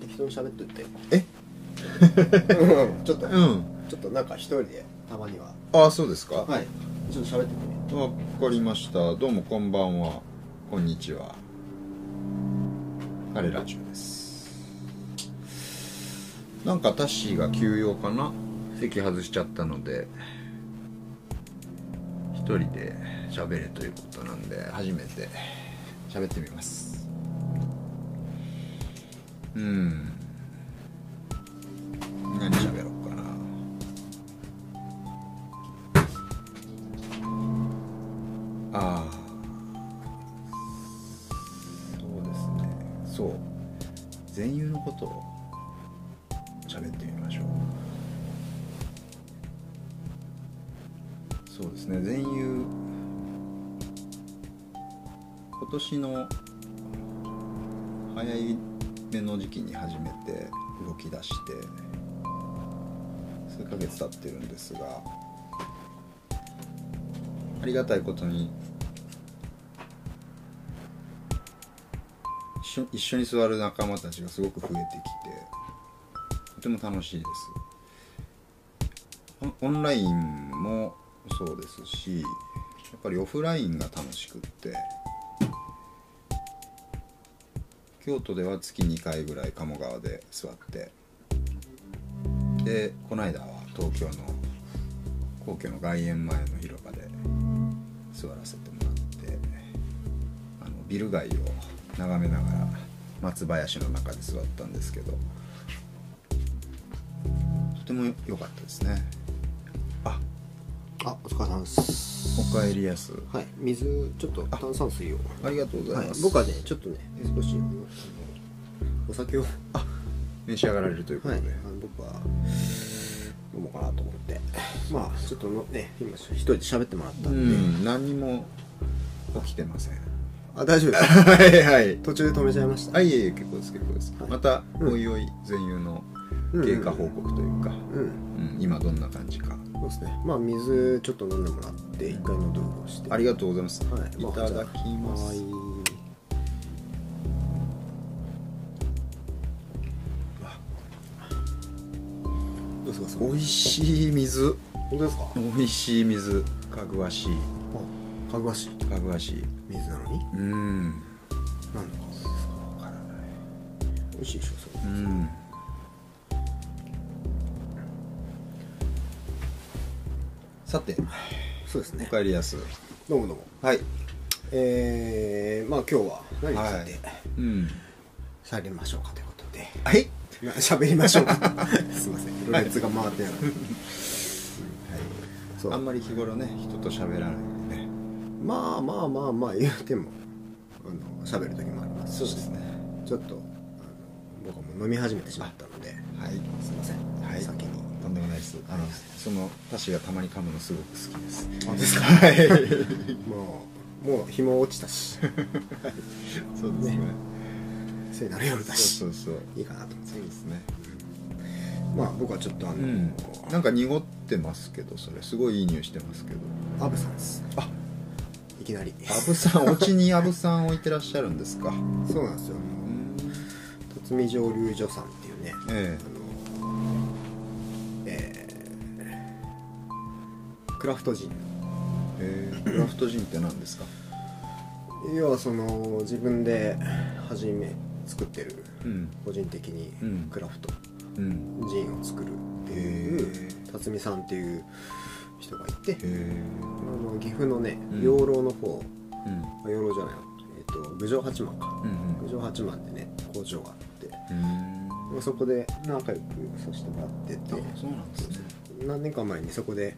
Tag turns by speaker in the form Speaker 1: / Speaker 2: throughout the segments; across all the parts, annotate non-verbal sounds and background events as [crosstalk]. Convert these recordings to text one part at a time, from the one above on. Speaker 1: 適当に喋っといて
Speaker 2: え
Speaker 1: [laughs] うんちょっと、
Speaker 2: うん
Speaker 1: ちょっとなんか一人でたまには
Speaker 2: ああそうですか
Speaker 1: はいちょっと喋ってみて
Speaker 2: わかりましたどうもこんばんはこんにちは彼ラジオですなんかタッシーが休養かな席外しちゃったので一人で喋るということなんで初めて喋ってみますうん何喋ろうかなああそうですねそう全友のことを喋ってみましょうそうですね全友今年の早い目の時期に始めて動き出して数ヶ月経ってるんですがありがたいことに一緒一緒に座る仲間たちがすごく増えてきてとても楽しいですオンオンラインもそうですしやっぱりオフラインが楽しくって京都では月2回ぐらい鴨川で座ってでこの間は東京の皇居の外苑前の広場で座らせてもらってあのビル街を眺めながら松林の中で座ったんですけどとても良かったですねあ
Speaker 1: あお疲れ様です
Speaker 2: おかえりやす
Speaker 1: はい水ちょっと炭酸水を
Speaker 2: ありがとうございます、
Speaker 1: 僕はねちょっとね少しあのお酒を
Speaker 2: 召し上がられるということ
Speaker 1: はい、
Speaker 2: で、
Speaker 1: あの僕は飲もうかなと思ってまあちょっとのね今一人で喋ってもらった
Speaker 2: うん
Speaker 1: で、
Speaker 2: ん何にも起きてませ
Speaker 1: [laughs]
Speaker 2: ん
Speaker 1: あ大丈夫です
Speaker 2: はいはい
Speaker 1: 途中で止めちゃいました
Speaker 2: あいえいえ結構です結構です、
Speaker 1: はい
Speaker 2: また
Speaker 1: うん
Speaker 2: おいおい全友の経過報告というか、
Speaker 1: うん
Speaker 2: うん今どんな感じか
Speaker 1: そうですねまあ水ちょっと飲んでもらって一回喉を潤して
Speaker 2: ありがとうございます、
Speaker 1: はい
Speaker 2: い、ただきます、
Speaker 1: はいどうですかそ
Speaker 2: 美
Speaker 1: こ
Speaker 2: 味しい水
Speaker 1: 本当ですか、
Speaker 2: 美味しい水かぐわしい
Speaker 1: あかぐわしい
Speaker 2: かぐわしい
Speaker 1: 水なのに
Speaker 2: うん
Speaker 1: なんだか
Speaker 2: わからない
Speaker 1: 美味しいでしょそれ
Speaker 2: うんさて
Speaker 1: そうですね
Speaker 2: おかえりやす
Speaker 1: どうもどうも
Speaker 2: はい
Speaker 1: えー、まあ今日は何について
Speaker 2: うん
Speaker 1: 喋りましょうかということで
Speaker 2: はい
Speaker 1: な喋りましょう [laughs] かすいませんロレツが回ってない、 [laughs] はい、そう
Speaker 2: あんまり日頃ね人と喋らないんでね
Speaker 1: まあまあまあまあ言うてもあの喋る時もあります
Speaker 2: そうですね
Speaker 1: ちょっとあの僕はもう飲み始めてしまったので
Speaker 2: はい
Speaker 1: すいません、
Speaker 2: はい
Speaker 1: 先に
Speaker 2: とんでもないですあのその歌詞がたまに噛むのすごく好きです
Speaker 1: あですか
Speaker 2: はい
Speaker 1: もうもう日も落ちた
Speaker 2: [laughs]
Speaker 1: し
Speaker 2: そうですね
Speaker 1: 聖なる夜だし
Speaker 2: そうそうそう
Speaker 1: いいかなと思って
Speaker 2: そうですね
Speaker 1: まあ僕はちょっとあの、
Speaker 2: うん
Speaker 1: こう
Speaker 2: なんか濁ってますけどそれすごいいい匂いしてますけど
Speaker 1: アブさんです
Speaker 2: あ
Speaker 1: いきなり
Speaker 2: アブさんお家にアブさん置いてらっしゃるんですか
Speaker 1: そうなんですよ
Speaker 2: う
Speaker 1: あの
Speaker 2: ん
Speaker 1: 辰巳蒸留所さんっていうね
Speaker 2: え
Speaker 1: あのえークラフトジン
Speaker 2: えええクラフトジンって何ですか
Speaker 1: 要はその自分で初め作ってる
Speaker 2: うん
Speaker 1: 個人的に
Speaker 2: うん
Speaker 1: クラフト
Speaker 2: うん
Speaker 1: ジンを作るってい
Speaker 2: へ
Speaker 1: う辰巳さんっていう人がいて
Speaker 2: へえ
Speaker 1: あの岐阜のね
Speaker 2: うん
Speaker 1: 養老の方
Speaker 2: うん
Speaker 1: あ養老じゃないえっと郡上八幡か
Speaker 2: うん
Speaker 1: 郡上八幡でね工場があって
Speaker 2: うん
Speaker 1: まあそこで仲良くさせてもらってて
Speaker 2: あそうなんですね
Speaker 1: 何年か前にそこで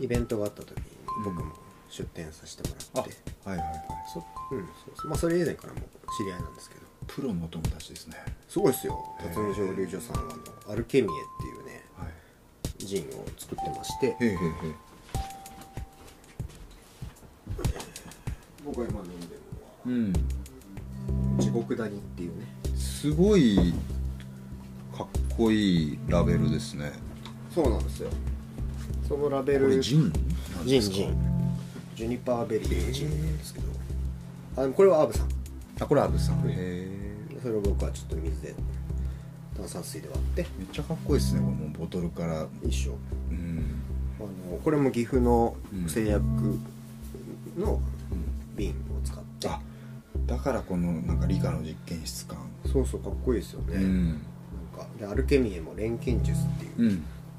Speaker 1: イベントがあった時に
Speaker 2: うん
Speaker 1: 僕も出店させても
Speaker 2: あ
Speaker 1: らっ
Speaker 2: は
Speaker 1: て
Speaker 2: い、はいはい
Speaker 1: そうんそうそうまあそれ以前からも知り合いなんですけど
Speaker 2: プロのお友達ですね
Speaker 1: すごいですよ
Speaker 2: へー
Speaker 1: 辰巳蒸留所さんはあのアルケミエっていうね
Speaker 2: はい
Speaker 1: ジンを作ってまして
Speaker 2: へえへえへ
Speaker 1: 僕が今飲んでる
Speaker 2: えうん
Speaker 1: のは地獄谷っていうね
Speaker 2: すごいかっこいいラベルですね
Speaker 1: そうなんですよそのラベ
Speaker 2: これ
Speaker 1: ル
Speaker 2: ジンなん
Speaker 1: ジン
Speaker 2: ですか
Speaker 1: ジンジュニパーベリーのジンなんですけどあでもこれはアーブさん
Speaker 2: あこれアブさんへえ
Speaker 1: それを僕はちょっと水で炭酸水で割って
Speaker 2: めっちゃかっこいいですねこのボトルから
Speaker 1: 一緒
Speaker 2: うん
Speaker 1: あのこれも岐阜の製薬の瓶を使って、
Speaker 2: あだからこのなんか理科の実験室感
Speaker 1: そうそうかっこいいですよね、な
Speaker 2: う
Speaker 1: ん
Speaker 2: ん
Speaker 1: かでアルケミーも錬金術っていううん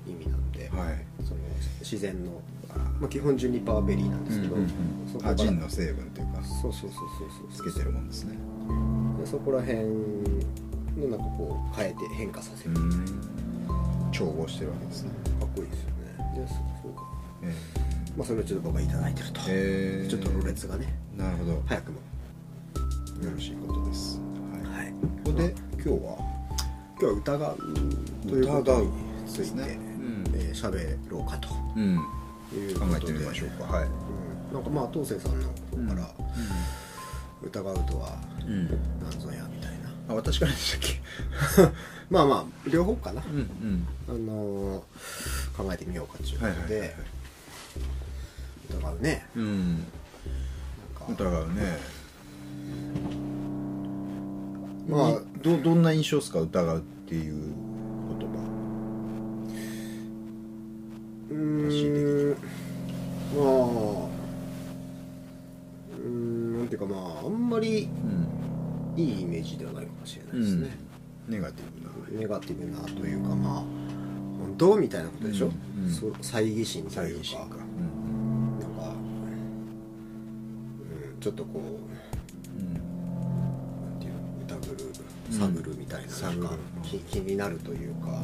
Speaker 1: 意味なんで、
Speaker 2: はい
Speaker 1: その自然の、まあ、基本12パーベリーなんですけど、
Speaker 2: うんうん
Speaker 1: そこ
Speaker 2: うん
Speaker 1: から
Speaker 2: あジンの成分というか
Speaker 1: そうそうそうそう
Speaker 2: つ
Speaker 1: そう
Speaker 2: けてるもんですね
Speaker 1: でそこら辺のなんかこう変えて変化させ
Speaker 2: う
Speaker 1: る、か
Speaker 2: ん調合してるわけですね
Speaker 1: っこいいですよねでそそうか、
Speaker 2: え
Speaker 1: まあ、それをちょっと僕は頂いてると、
Speaker 2: えー
Speaker 1: ちょっとろれつがね
Speaker 2: ーなるほど、
Speaker 1: 早くも
Speaker 2: よろしいことです、は
Speaker 1: は
Speaker 2: い
Speaker 1: い
Speaker 2: ここで今日は
Speaker 1: 今日は疑うということについて、
Speaker 2: 疑うですねうん
Speaker 1: えー喋ろうかと
Speaker 2: うん
Speaker 1: いうこ
Speaker 2: 考
Speaker 1: とで
Speaker 2: えてみましょうかはい
Speaker 1: うんなんかまあ東勢さんの方から疑うとは
Speaker 2: うん、
Speaker 1: 何ぞやみたいな、
Speaker 2: あ私からでしたっ
Speaker 1: [laughs] まあまあ両方かな、
Speaker 2: けうんうん
Speaker 1: あのー考えてみようかというこ
Speaker 2: はいはい
Speaker 1: と
Speaker 2: はいはい
Speaker 1: で疑うね
Speaker 2: うん
Speaker 1: なんか
Speaker 2: 疑うね
Speaker 1: まあ
Speaker 2: いどどんな印象ですか疑うっていう言葉
Speaker 1: うーんまあうーんなんていうかまああんまり
Speaker 2: うん
Speaker 1: いいイメージではないかもしれないですね、
Speaker 2: ネガティブな
Speaker 1: ネガティブなというかまあ本当みたいなことでしょ、
Speaker 2: うん
Speaker 1: そ猜疑心というか
Speaker 2: う
Speaker 1: なんか、うん、ちょっとこうんなんていうの疑る探るみたいな,、なんか
Speaker 2: 探る
Speaker 1: き気になるというか、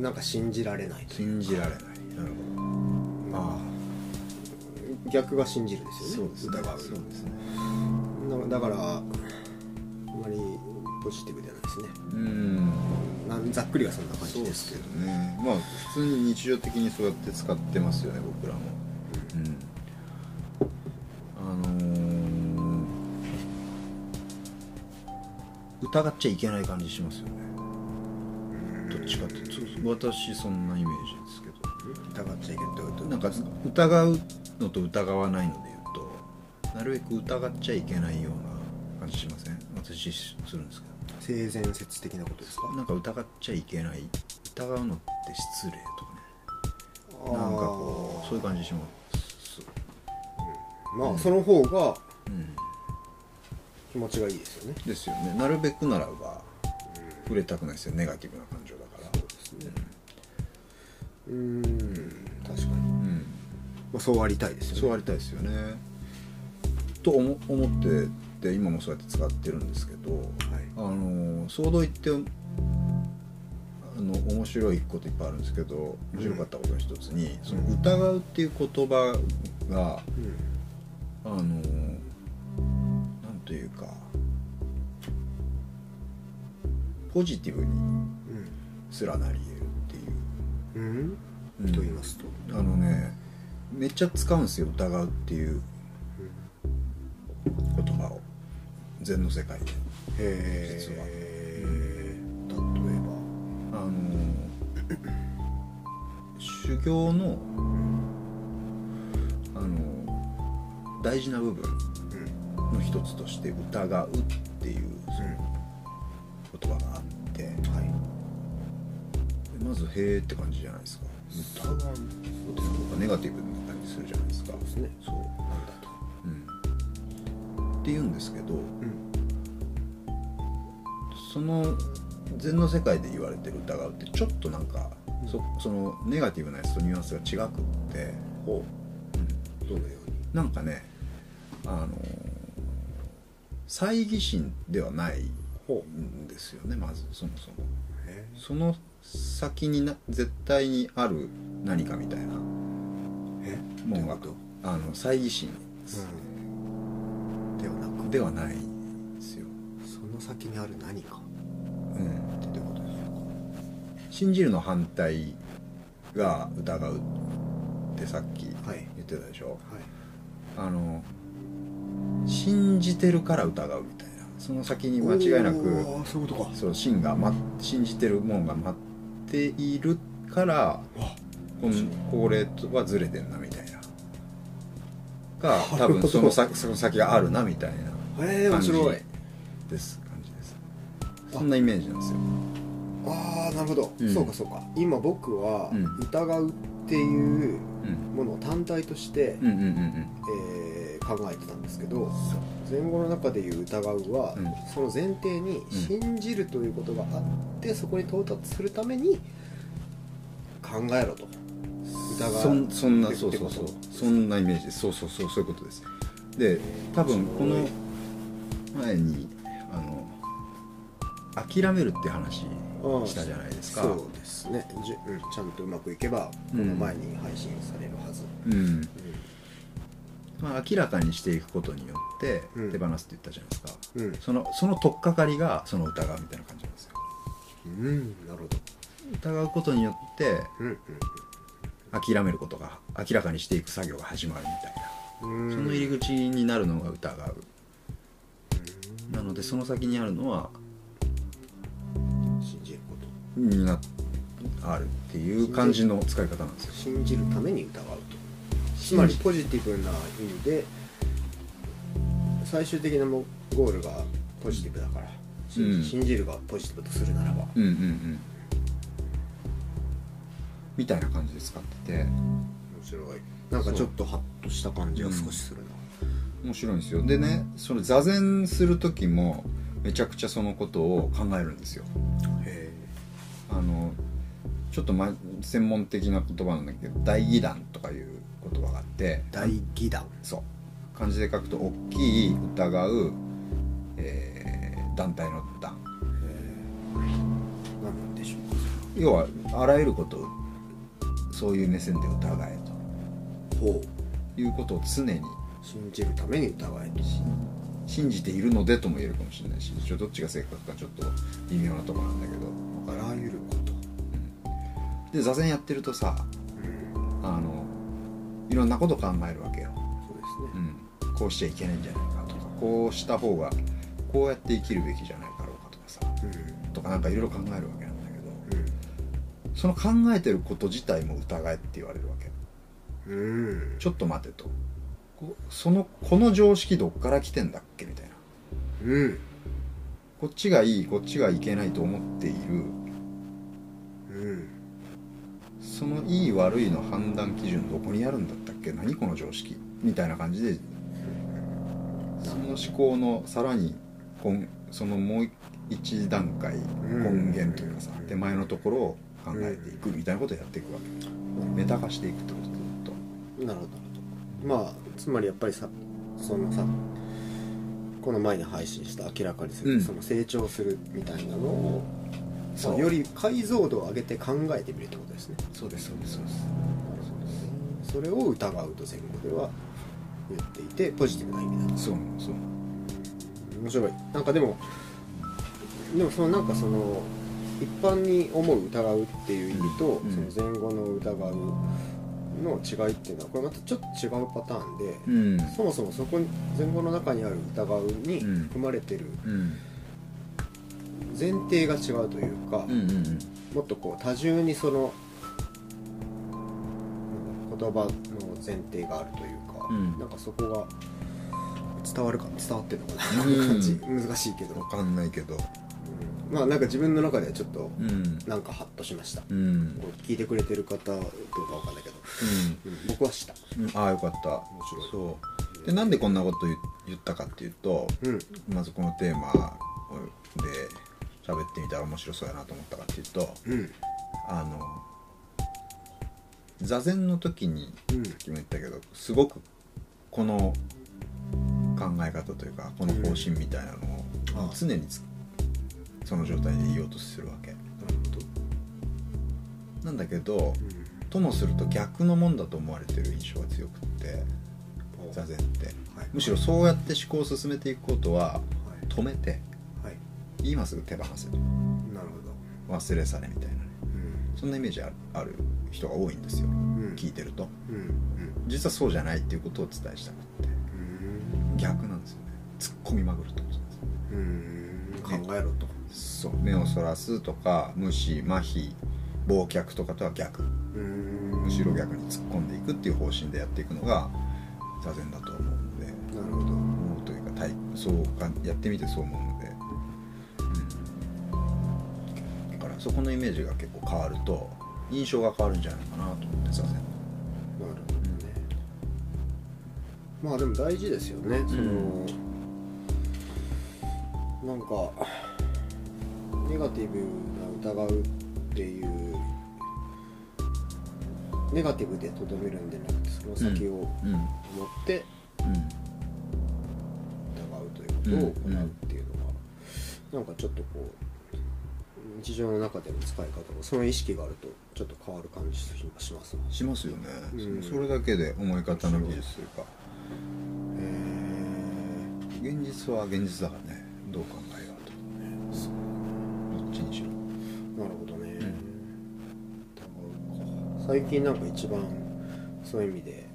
Speaker 1: なんか信じられないという
Speaker 2: 信じられないなるほどあ
Speaker 1: 逆が信じるで
Speaker 2: あ
Speaker 1: すよね疑
Speaker 2: そうですね
Speaker 1: うなだからあまりポジティブじゃないですね
Speaker 2: うん
Speaker 1: なんざっくりはそんな感
Speaker 2: そう
Speaker 1: じ
Speaker 2: で
Speaker 1: です
Speaker 2: す
Speaker 1: け
Speaker 2: け
Speaker 1: ど
Speaker 2: どねまあ普通に日常的にそうやって使ってますよね僕らもうんあのー疑っちゃいけない感じしますよねどっちかっていうとそうそう私そんなイメージですけど
Speaker 1: 疑っちゃいけないってこと
Speaker 2: なんか疑うのと疑わないので言うとなるべく疑っちゃいけないような感じしません私するんですけ
Speaker 1: 性善説的なことですか
Speaker 2: どなんか疑っちゃいけない疑うのって失礼とかね
Speaker 1: あー
Speaker 2: なんかこうそういう感じします
Speaker 1: まあその方が
Speaker 2: うん
Speaker 1: 気持ちがいいですよね
Speaker 2: ですよねなるべくならば触れたくないですよネガティブな感情だから
Speaker 1: うーん確かに、ま
Speaker 2: うん
Speaker 1: あ、そうありたいですよね
Speaker 2: そうありたいですよねと思思ってて今もそうやって使ってるんですけど、あの総動員ってあの面白いこといっぱいあるんですけど面白かったことの一つに、その疑うっていう言葉が
Speaker 1: うん
Speaker 2: あのなんというかポジティブにすらなり得るってい
Speaker 1: う
Speaker 2: う
Speaker 1: ん、うん
Speaker 2: うん
Speaker 1: と言いますと、
Speaker 2: あのねめっちゃ使うんですよ疑うっていう言葉を禅の世界で
Speaker 1: へ
Speaker 2: 実は
Speaker 1: え例えば
Speaker 2: あの修行のあの大事な部分
Speaker 1: うん
Speaker 2: の一つとして疑うっていうその言葉があって
Speaker 1: はい
Speaker 2: まず「へえ」って感じじゃないですか疑うってなんかネガティブな感じするじゃないですか
Speaker 1: ですね
Speaker 2: そう、
Speaker 1: なんだと
Speaker 2: うん、って言うんですけど
Speaker 1: うん
Speaker 2: その禅の世界で言われてる疑うってちょっとなんかそそのネガティブなやつとニュアンスが違くって、
Speaker 1: ほ
Speaker 2: う
Speaker 1: うどのように
Speaker 2: んなんかねあの猜疑心ではない
Speaker 1: ほ
Speaker 2: んですよねまずそもそも
Speaker 1: へ
Speaker 2: その先にな絶対にある何かみたいな
Speaker 1: え
Speaker 2: ものがあの猜疑心
Speaker 1: うんではなく
Speaker 2: ではないんですよ、
Speaker 1: その先にある何か
Speaker 2: うん、
Speaker 1: ってどういうことでしょうか
Speaker 2: 信じるの反対が疑うってさっき
Speaker 1: はい
Speaker 2: 言ってたでしょ、
Speaker 1: はい
Speaker 2: あの信じてるから疑うみたいなその先に間違いなく
Speaker 1: おーそういうことか
Speaker 2: そう信が、ま、信じてるもんが待っているから
Speaker 1: わ
Speaker 2: このこれとはずれてんなみたいなが
Speaker 1: な
Speaker 2: 多
Speaker 1: るほど
Speaker 2: 分その先その先があるなみたいな
Speaker 1: へえ面
Speaker 2: 感じ
Speaker 1: 白い
Speaker 2: です感じですそんなイメージなんですよ
Speaker 1: ああなるほど、
Speaker 2: うん
Speaker 1: そうかそうか今僕は
Speaker 2: うん
Speaker 1: 疑うっていう
Speaker 2: うん
Speaker 1: ものを単体として、
Speaker 2: うんうんうん
Speaker 1: えー考えてたんですけど前後の中でいう疑うは、
Speaker 2: うん
Speaker 1: その前提に信じるということがあってそこに到達するために考えろと疑う
Speaker 2: そんそんな
Speaker 1: って
Speaker 2: そうそう
Speaker 1: って
Speaker 2: そう
Speaker 1: こと
Speaker 2: そんなイメージですそうそうそうそういうことですで多分この前にあの諦めるって話
Speaker 1: うん
Speaker 2: したじゃないですか
Speaker 1: そうですねじゅ、うん、ちゃんとうまくいけばこの前に配信されるはず、
Speaker 2: うん
Speaker 1: う
Speaker 2: まあ、明らかにしていくことによって
Speaker 1: うん
Speaker 2: 手放すって言ったじゃないですか、
Speaker 1: んうん
Speaker 2: そのその取っかかりがその疑うみたいな感じなんですよ
Speaker 1: うん、なるほど
Speaker 2: 疑うことによって
Speaker 1: うんうん
Speaker 2: 諦めることが明らかにしていく作業が始まるみたい
Speaker 1: うん
Speaker 2: なその入り口になるのが疑うなのでその先にあるのは
Speaker 1: 信じること
Speaker 2: になあるっていう感じの使い方なんですよ
Speaker 1: 信じるために疑うとつまりポジティブな意味で最終的なもゴールがポジティブだから信じ,、
Speaker 2: うん
Speaker 1: 信じるがポジティブとするならば
Speaker 2: うんうんうんみたいな感じで使ってて
Speaker 1: 面白いなんかちょっとハッとした感じが少しするな
Speaker 2: 面白いんですよでねその座禅する時もめちゃくちゃそのことを考えるんですよ
Speaker 1: へ
Speaker 2: あのちょっと、ま、専門的な言葉なんだけど大義談とかいう言葉があって
Speaker 1: 大義だ
Speaker 2: そう漢字で書くと大きい疑う、えー団体の団
Speaker 1: 何なんでしょ
Speaker 2: 要はあらゆることをそういう目線で疑え
Speaker 1: うほう
Speaker 2: ということを常に
Speaker 1: 信じるために疑えと
Speaker 2: 信じているのでとも言えるかもしれないしちょどっちが正確かちょっと微妙なとこなんだけど
Speaker 1: あらゆること
Speaker 2: で座禅やってるとさ
Speaker 1: うん
Speaker 2: あのいろんなこと考えるわけよ、
Speaker 1: そうです
Speaker 2: う
Speaker 1: ね
Speaker 2: ん、こうしちゃいけないんじゃないかとかこうした方がこうやって生きるべきじゃないかろうかとかさとかなんかいろいろ考えるわけなんだけどその考えてること自体も疑えって言われるわけ
Speaker 1: うんうんうん
Speaker 2: ちょっと待てとこそのこの常識どっから来てんだっけみたいな
Speaker 1: うん
Speaker 2: こっちがいいこっちがいけないと思っている
Speaker 1: うん
Speaker 2: そのいい悪いの判断基準どこにあるんだったっけ何この常識みたいな感じでその思考のさらに根そのもう一段階
Speaker 1: ん
Speaker 2: 根源というかさ手前のところを考えていくみたいなことをやっていくわけメタ化していくってことずっと
Speaker 1: なるほどまあつまりやっぱりさそのさこの前に配信した明らかにする、
Speaker 2: うん
Speaker 1: その成長するみたいなのを
Speaker 2: そう
Speaker 1: まあより解像度を上げて考えてみるってことですね
Speaker 2: そうですそうですそうです
Speaker 1: それを疑うと前後では言っていてポジティブな意味だ
Speaker 2: そうなのそうなの
Speaker 1: 面白いなんかでもでもそのなんかその一般に思う疑うっていう意味と、
Speaker 2: うん
Speaker 1: その前後の疑うの違いっていうのはこれまたちょっと違うパターンで、
Speaker 2: うん
Speaker 1: そもそもそこに前後の中にある疑うに
Speaker 2: うん
Speaker 1: 含まれてる
Speaker 2: うん
Speaker 1: 前提が違うというか、
Speaker 2: うんうんうん
Speaker 1: もっとこう多重にそのなんか言葉の前提があるというか、
Speaker 2: うん
Speaker 1: なんかそこが伝わるか伝わってるのかな、
Speaker 2: うん
Speaker 1: 感じ難しいけど、
Speaker 2: わかんないけど
Speaker 1: うんまあなんか自分の中ではちょっと
Speaker 2: うん
Speaker 1: なんかハッとしました、こ
Speaker 2: うんうん
Speaker 1: れ聞いてくれてる方どうかわかんないけど、うん僕はした
Speaker 2: うんああよかった
Speaker 1: 面白い
Speaker 2: そうでなんでこんなこと言言ったかっていうと
Speaker 1: うん
Speaker 2: まずこのテーマをで喋ってみたら面白そうやなと思ったかっていうと
Speaker 1: うん
Speaker 2: あの座禅の時に
Speaker 1: うん
Speaker 2: さっきも言ったけどすごくこの考え方というかこの方針みたいなのを
Speaker 1: うん
Speaker 2: 常につその状態で言おうとするわけ
Speaker 1: なるほど、
Speaker 2: なんだけ
Speaker 1: う
Speaker 2: どともすると逆のもんだと思われてる印象が強くって
Speaker 1: ん、
Speaker 2: 座禅って
Speaker 1: はい
Speaker 2: むしろそうやって思考を進めていくことは
Speaker 1: はい
Speaker 2: 止めて
Speaker 1: はい
Speaker 2: 今すぐ手放せと
Speaker 1: なるほど
Speaker 2: 忘れ去れみたいなね
Speaker 1: う
Speaker 2: そんなイメージあるある人が多いんですよ
Speaker 1: んうん
Speaker 2: 聞いてると
Speaker 1: うん
Speaker 2: 実はそうじゃないっていうことをお伝えしたくって
Speaker 1: うん
Speaker 2: 逆なんですよね突っ込みまくるってことなんですよ
Speaker 1: うんうん考えろと
Speaker 2: そう目をそらすとか無視麻痺忘却とかとは逆
Speaker 1: うん
Speaker 2: むしろ逆に突っ込んでいくっていう方針でやっていくのが座禅だと思うので
Speaker 1: なるほど
Speaker 2: 思うというか体そうかやってみてそう思うので、うんそこのイメージが結構変わると印象が変わるんじゃないかなと思ってさ
Speaker 1: なるほどねまあでも大事ですよねその、なんかネガティブな疑うっていうネガティブでとどめるんじゃなくてその先を
Speaker 2: うんう
Speaker 1: 持
Speaker 2: ん
Speaker 1: って疑うということを行うっていうのは、なんかちょっとこう日常の中での使い方もその意識があるとちょっと変わる感じがしますね。
Speaker 2: しますよね、
Speaker 1: うん
Speaker 2: それだけで思い方の技術というか
Speaker 1: え
Speaker 2: 現実は現実だからねどう考えよう
Speaker 1: ー
Speaker 2: とどっちにしろ
Speaker 1: なるほどね、
Speaker 2: 疑
Speaker 1: 最近なんか一番そういう意味で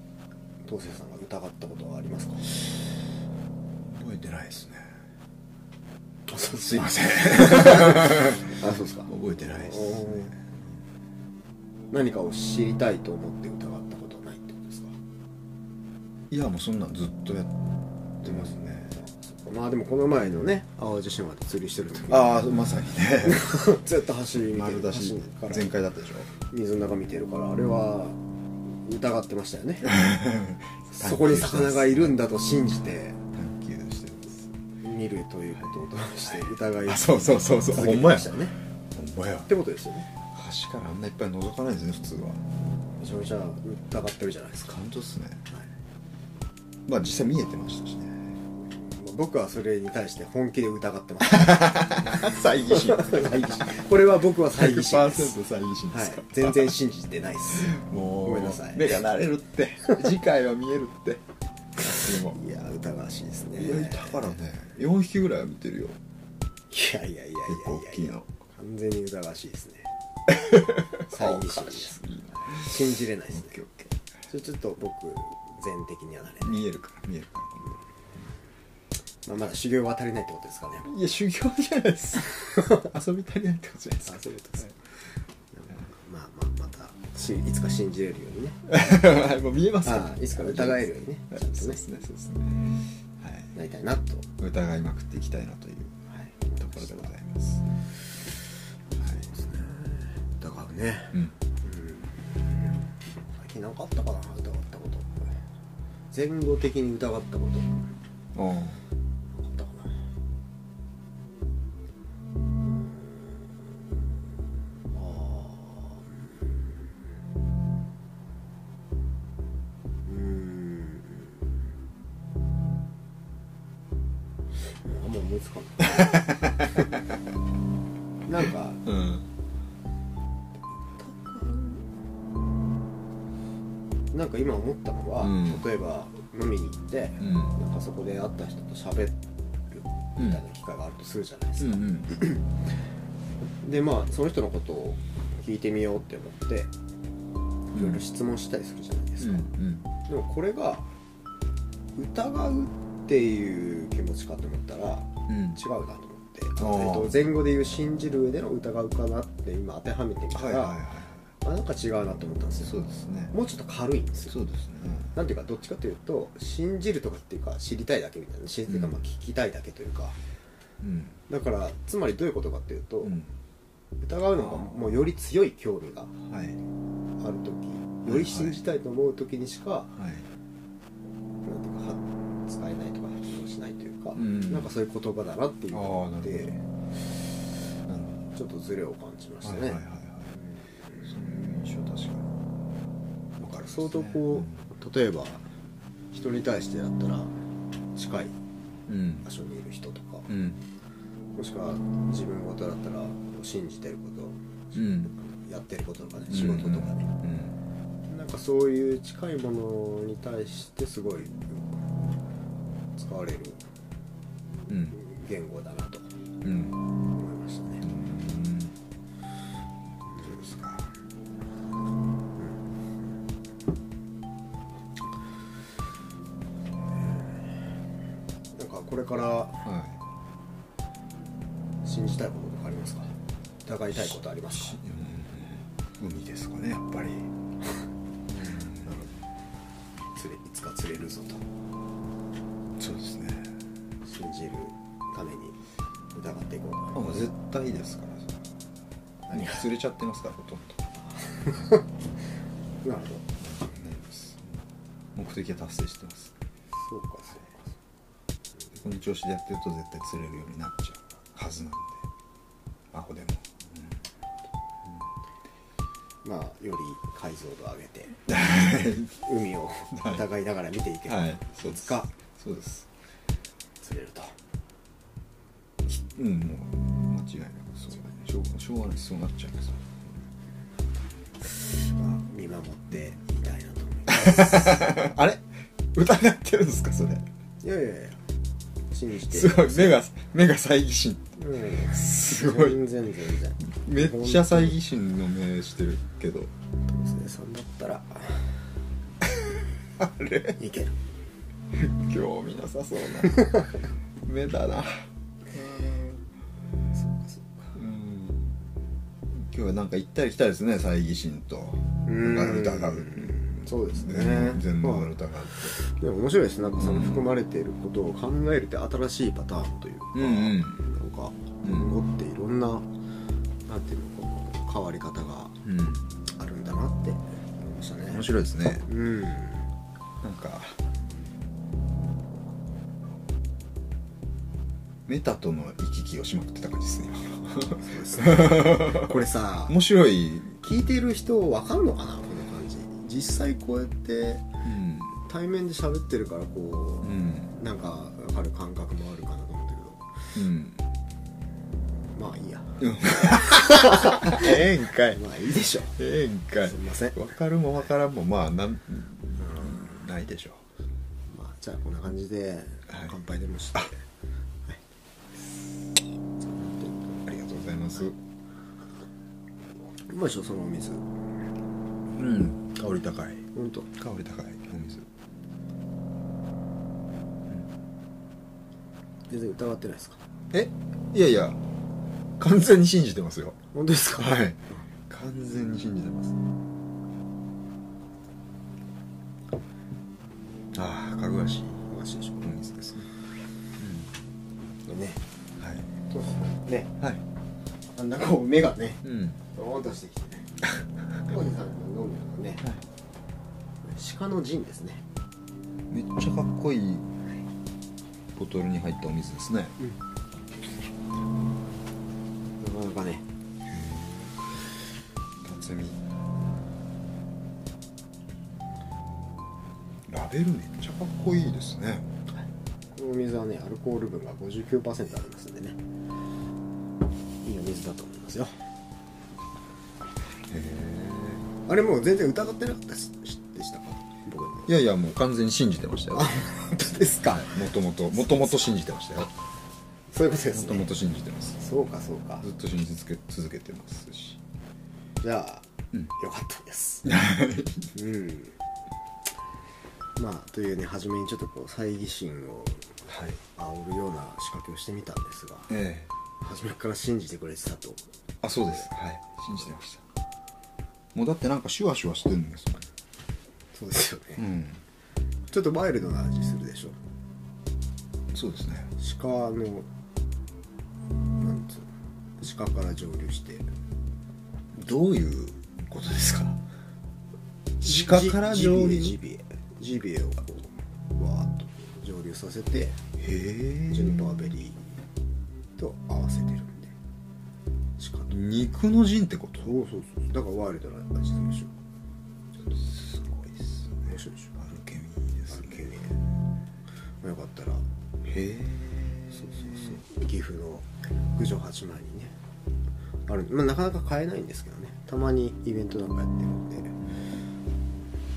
Speaker 1: 東勢さんが疑ったことはありますか
Speaker 2: うか覚えてないですね
Speaker 1: す
Speaker 2: すいません
Speaker 1: あそうですか
Speaker 2: 覚えてないです
Speaker 1: おー何かを知りたいと思って疑ったことはないってことですか
Speaker 2: いやもうそんなんずっとやってますね
Speaker 1: まあでもこの前のね淡路島で釣りしてる時
Speaker 2: ああまさにね
Speaker 1: ずっと走り見て
Speaker 2: [laughs] 丸
Speaker 1: る
Speaker 2: 出し
Speaker 1: 橋から
Speaker 2: 全開だった [laughs] でしょ
Speaker 1: 水の中見てるからあれは疑ってましたよねそこに魚がいるんだと信じて
Speaker 2: 探求してます
Speaker 1: 見るということを通して疑い
Speaker 2: あそうそうそうそう
Speaker 1: 続けてましたよね
Speaker 2: ほんまや
Speaker 1: ってことですよね
Speaker 2: 橋からあんないっぱい覗かないですね普通は
Speaker 1: めちゃめちゃ疑ってるじゃないですか、
Speaker 2: 感動っすね
Speaker 1: はい
Speaker 2: まあ実際見えてましたしね
Speaker 1: 僕はそれに対して本気で疑ってます [laughs]
Speaker 2: 猜疑 [laughs] 心
Speaker 1: 猜疑心これは僕は猜疑心
Speaker 2: [laughs] 100%
Speaker 1: です、
Speaker 2: 猜疑心で
Speaker 1: は
Speaker 2: す
Speaker 1: い
Speaker 2: か、、
Speaker 1: 全然信じてないです
Speaker 2: もう
Speaker 1: ごめんなさい
Speaker 2: 目が慣れるって次回は見える [laughs] ってでも
Speaker 1: いやー疑わしいですね
Speaker 2: いやだからね4匹ぐらいは見てるよ
Speaker 1: いやいやいやいやい
Speaker 2: 結構大
Speaker 1: や
Speaker 2: き
Speaker 1: い
Speaker 2: い
Speaker 1: や
Speaker 2: の
Speaker 1: 完全に疑わしいです
Speaker 2: [laughs]
Speaker 1: ね猜疑心です
Speaker 2: いいな
Speaker 1: 信じれないで
Speaker 2: オ
Speaker 1: す
Speaker 2: ッケ
Speaker 1: ね
Speaker 2: ーオッケー
Speaker 1: それちょっと僕全的にはなれない、
Speaker 2: 見えるから見えるから
Speaker 1: まあ、まだ修行は足りないってことですかね
Speaker 2: いや修行じゃないです遊び足りないってことじゃないです
Speaker 1: あそういうことですまあまあまたしいつか信じれるようにね
Speaker 2: かもう見えますから
Speaker 1: ああいつか疑えるようにね
Speaker 2: はい
Speaker 1: ちゃんとね
Speaker 2: そうですねそうですねは
Speaker 1: なりたいなと、はい
Speaker 2: 疑いまくっていきたいなという
Speaker 1: い、
Speaker 2: ところでございます
Speaker 1: そうですね疑うね
Speaker 2: うん
Speaker 1: 最近何かあったかな疑ったこと全語的に疑ったこと何か
Speaker 2: おー
Speaker 1: あったかなうーんあーうーんあんま思いつかないなんか
Speaker 2: うん
Speaker 1: なんか今思ったのは、
Speaker 2: うん
Speaker 1: 例えば飲みに行って、
Speaker 2: うん
Speaker 1: なんかそこで会った人と喋るみたいな機会があるとするじゃないです
Speaker 2: う
Speaker 1: か、
Speaker 2: ん
Speaker 1: でまあその人のことを聞いてみようって思って
Speaker 2: うん
Speaker 1: いろいろ質問したりするじゃないです
Speaker 2: うんう
Speaker 1: か、
Speaker 2: ん
Speaker 1: でもこれが疑うっていう気持ちかと思ったら違
Speaker 2: うん
Speaker 1: うなと思って、えっ
Speaker 2: あー
Speaker 1: と、前後で言う信じる上での疑うかなって今当てはめてみた
Speaker 2: は
Speaker 1: ら、
Speaker 2: いはいは
Speaker 1: あなんか違うなと思ったんです
Speaker 2: い
Speaker 1: よ
Speaker 2: そうですね
Speaker 1: もうちょっと軽いんですよ
Speaker 2: そうですね
Speaker 1: なんていうかどっちかというと信じるとかっていうか知りたいだけみたいな知りたいというかまあ聞きたいだけというか、
Speaker 2: うん
Speaker 1: だからつまりどういうことかっていうと、
Speaker 2: う
Speaker 1: 疑うのがもうより強い興味が
Speaker 2: んはい
Speaker 1: ある時より信じたいと思う時にしか、
Speaker 2: はい
Speaker 1: なんていうかは使えないとか発動しないというか、
Speaker 2: うん
Speaker 1: なんかそういう言葉だなっていうのがあっ
Speaker 2: あー
Speaker 1: て
Speaker 2: なるなるほ
Speaker 1: ちょっとズレを感じま
Speaker 2: ど
Speaker 1: した
Speaker 2: はい
Speaker 1: ね、
Speaker 2: はいはいはいそういう印象確かにわかるです
Speaker 1: 相
Speaker 2: ね
Speaker 1: 当こう例えば人に対してだったら近い
Speaker 2: うん
Speaker 1: 場所にいる人とか、
Speaker 2: うん
Speaker 1: もしくは自分事だったら信じてること
Speaker 2: うん
Speaker 1: やってることとかね仕事とかね、
Speaker 2: うん
Speaker 1: なんかそういう近いものに対してすごい使われる
Speaker 2: うん
Speaker 1: 言語だなと
Speaker 2: うんうん
Speaker 1: 思いましたね、
Speaker 2: そうですか
Speaker 1: なんかこれから
Speaker 2: は
Speaker 1: 信じたいこととかありますか疑いたいことあり
Speaker 2: い
Speaker 1: ますか
Speaker 2: うん海ですかねやっぱり
Speaker 1: 釣れいつか釣れるぞと
Speaker 2: そうですね
Speaker 1: 信じるために疑っていこう
Speaker 2: あもう絶対ですからそれは
Speaker 1: と何が
Speaker 2: 釣れちゃってますからほとんど
Speaker 1: なるほど
Speaker 2: ないです目的は達成してます
Speaker 1: そうかそうか
Speaker 2: この調子でやってると絶対釣れるようになっちゃうはずなんでアホでも、
Speaker 1: まあより解像度を上げ [laughs] て
Speaker 2: う
Speaker 1: 海を
Speaker 2: はい
Speaker 1: 疑いながら見ていけ
Speaker 2: ん
Speaker 1: ば、
Speaker 2: はいそうです
Speaker 1: が
Speaker 2: そうです
Speaker 1: 釣れると
Speaker 2: うんもう間違いなくそうだねしょうしょうがないですそうなっちゃいます
Speaker 1: 見守っていたいなと思います
Speaker 2: あれ歌になってるんですかそれ
Speaker 1: [laughs] いやいやいや信じて
Speaker 2: すごい目が目が猜疑心
Speaker 1: うん
Speaker 2: すごい
Speaker 1: 全然全然
Speaker 2: めっちゃ猜疑心の目してるけど
Speaker 1: 娘さんだった [laughs] ら
Speaker 2: あれ
Speaker 1: いける
Speaker 2: 興味なさそうな [laughs] 目だな
Speaker 1: そうかそうか
Speaker 2: うん今日はなんか行ったり来たりですね猜疑心と疑う
Speaker 1: そうですね
Speaker 2: 全部
Speaker 1: まあ
Speaker 2: 疑うって
Speaker 1: でも面白いですなんかその含まれていることを考えるって新しいパターンというか、
Speaker 2: うんう
Speaker 1: な
Speaker 2: ん
Speaker 1: んか
Speaker 2: うん
Speaker 1: 今後っていろんななんていうのかな変わり方が
Speaker 2: うん
Speaker 1: あるんだなって思いましたね
Speaker 2: 面白いですね
Speaker 1: うん
Speaker 2: なんかメタとの行き来をしまくってた感じですね
Speaker 1: そうですねこれさ
Speaker 2: 面白い、
Speaker 1: 聞いてる人わかんのかなこの感じ実際こうやって
Speaker 2: うん
Speaker 1: 対面で喋ってるからこ
Speaker 2: うん
Speaker 1: うなんかわかる感覚もあるかなと思ったけど
Speaker 2: うん、
Speaker 1: まあいいや
Speaker 2: ええんかい
Speaker 1: まあいいでしょ
Speaker 2: ええんかい
Speaker 1: すいません
Speaker 2: わかるもわからんもまあなんないでしょ
Speaker 1: まあ、じゃあこんな感じで
Speaker 2: はい
Speaker 1: 乾杯でもして、はい
Speaker 2: ありがとうございます
Speaker 1: うまいでしょそのお水ほ
Speaker 2: うん香り高い
Speaker 1: んと
Speaker 2: 香り高いお水
Speaker 1: 全然疑ってないですか
Speaker 2: えいやいや完全に信じてますよ
Speaker 1: 本当ですか
Speaker 2: はい完全に信じてますああかぐわしい
Speaker 1: おかしいでし
Speaker 2: お水ですね
Speaker 1: ょね
Speaker 2: はい
Speaker 1: ね
Speaker 2: はい
Speaker 1: あんなこう目がね
Speaker 2: うん
Speaker 1: ドーンとしてきてね浩司さんが飲むのがね
Speaker 2: はい
Speaker 1: 鹿の陣ですね
Speaker 2: めっちゃかっこいいボトルに入ったお水ですね
Speaker 1: なかなかね
Speaker 2: 辰巳ラベルめっちゃかっこいいですね
Speaker 1: このお水はねアルコール分が59%ありますんでねいいお水だと思いますよ
Speaker 2: へえ
Speaker 1: あれもう全然疑ってなかったしでしたか僕の
Speaker 2: いやいやもう完全に信じてましたよ
Speaker 1: 本当ですか
Speaker 2: もともともともと信じてましたよ
Speaker 1: そういうことで
Speaker 2: も
Speaker 1: す
Speaker 2: と
Speaker 1: ね
Speaker 2: もと信じてます
Speaker 1: そうかそうか
Speaker 2: ずっと信じ続け続けてますし
Speaker 1: じゃあ、
Speaker 2: うん
Speaker 1: よかったですうんまあというね初めにちょっとこう猜疑心を
Speaker 2: はい
Speaker 1: 煽るような仕掛けをしてみたんですが
Speaker 2: ええ
Speaker 1: 初めから信じてくれてたと
Speaker 2: あそうですはい信じてましたもうだってなんかシュワシュワしてるんですもん
Speaker 1: そうですよね、
Speaker 2: うん
Speaker 1: ちょっとマイルドな味するでしょ
Speaker 2: そうですね
Speaker 1: 鹿のなんつうの鹿から上流して
Speaker 2: どういうことですか鹿から上流
Speaker 1: ジ
Speaker 2: へ
Speaker 1: ビエジビエジビエをこうわーっと上流させて
Speaker 2: え
Speaker 1: ジュニパーベリーと合わせてるんで鹿と
Speaker 2: 肉の陣ってこと
Speaker 1: そうそうそうだからワイルドな味するでし
Speaker 2: すごいっす
Speaker 1: ょ面白いでし
Speaker 2: アルケミーです
Speaker 1: ょ
Speaker 2: ね
Speaker 1: ケミーよかったら
Speaker 2: へえ
Speaker 1: そうそうそう岐阜の九条八幡にねある、まあ、なかなか買えないんですけどねたまにイベントなんかやってるんで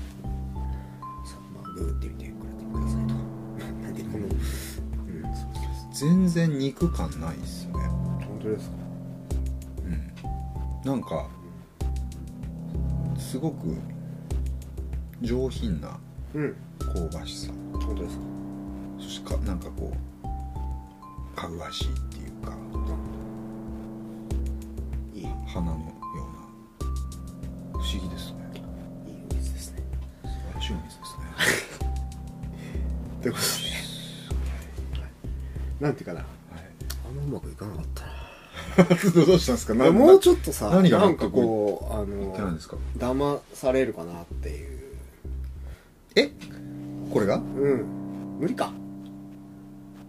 Speaker 1: さまあググってみてくださいとなんでこのうんそうそう
Speaker 2: 全然肉感ないっすね
Speaker 1: そう本当ですか
Speaker 2: うんなんかすごく上品な
Speaker 1: うん
Speaker 2: 香ばしさ
Speaker 1: 本当ですか
Speaker 2: そしてかなんかこうかぐわしいっていうか
Speaker 1: いいいい
Speaker 2: 花のような不思議ですね
Speaker 1: お水ですね
Speaker 2: 素晴らしいお水ですね
Speaker 1: ということで、なんていうかなあ
Speaker 2: はい
Speaker 1: んまうまくいかなかったな
Speaker 2: [laughs] どうしたんですか
Speaker 1: いやもうちょっとさ
Speaker 2: 何が
Speaker 1: なんかこうあの
Speaker 2: ってないんですか
Speaker 1: 騙されるかなっていう
Speaker 2: えこれが
Speaker 1: うん無理か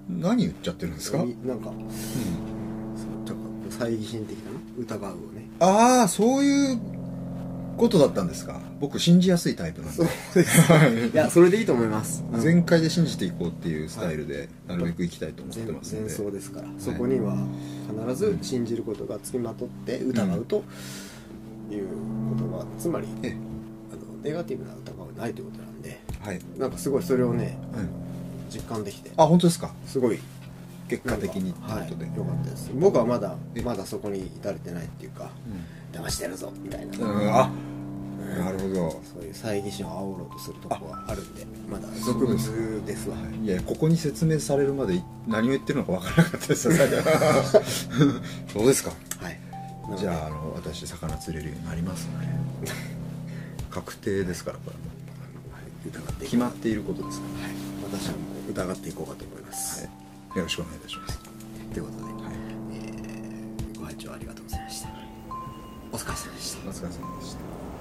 Speaker 2: 何言っちゃってるんですか、
Speaker 1: みなんかそうちょっとこう猜疑心的な疑うをね
Speaker 2: ああそういうことだったんですか僕信じやすいタイプなんで
Speaker 1: そう
Speaker 2: [laughs]
Speaker 1: ですいやそれでいいと思います
Speaker 2: はい全開で信じていこうっていうスタイルでなるべくいきたいと思って
Speaker 1: 全
Speaker 2: ますん
Speaker 1: 全
Speaker 2: で
Speaker 1: 相ですから、そこには必ず信じることがつきまとって疑うという言葉、つまりあ
Speaker 2: え
Speaker 1: のネガティブな疑うないということなんで
Speaker 2: はい、
Speaker 1: なんかすごいそれをね
Speaker 2: うん
Speaker 1: 実感できて
Speaker 2: あ本当ですか
Speaker 1: すごい
Speaker 2: 結果的にって
Speaker 1: はい
Speaker 2: ことで、
Speaker 1: 良かったです僕はまだ
Speaker 2: え
Speaker 1: まだそこに至れてないっていうか騙してるぞみたいな、
Speaker 2: うんうんあなるほど
Speaker 1: そういう猜疑心を煽ろうとするとこはあるんでまだ
Speaker 2: そう
Speaker 1: 俗
Speaker 2: いうこと
Speaker 1: 物
Speaker 2: です
Speaker 1: です
Speaker 2: か
Speaker 1: わ
Speaker 2: いやここに説明されるまでい何を言ってるのか分からなかった
Speaker 1: [laughs]
Speaker 2: です [laughs] よそうですか
Speaker 1: はい
Speaker 2: じゃああの私魚釣れるようになりますの [laughs] で確定ですからこれも
Speaker 1: あ、はい疑ってい
Speaker 2: 決まっていることですか
Speaker 1: はい、私はもう疑っていこうかと思います、
Speaker 2: ら、はい、よろしくお願いいたします、
Speaker 1: ということで、
Speaker 2: はい、
Speaker 1: えーご拝聴ありがとうございましたお疲れ様でした
Speaker 2: お疲れ様でした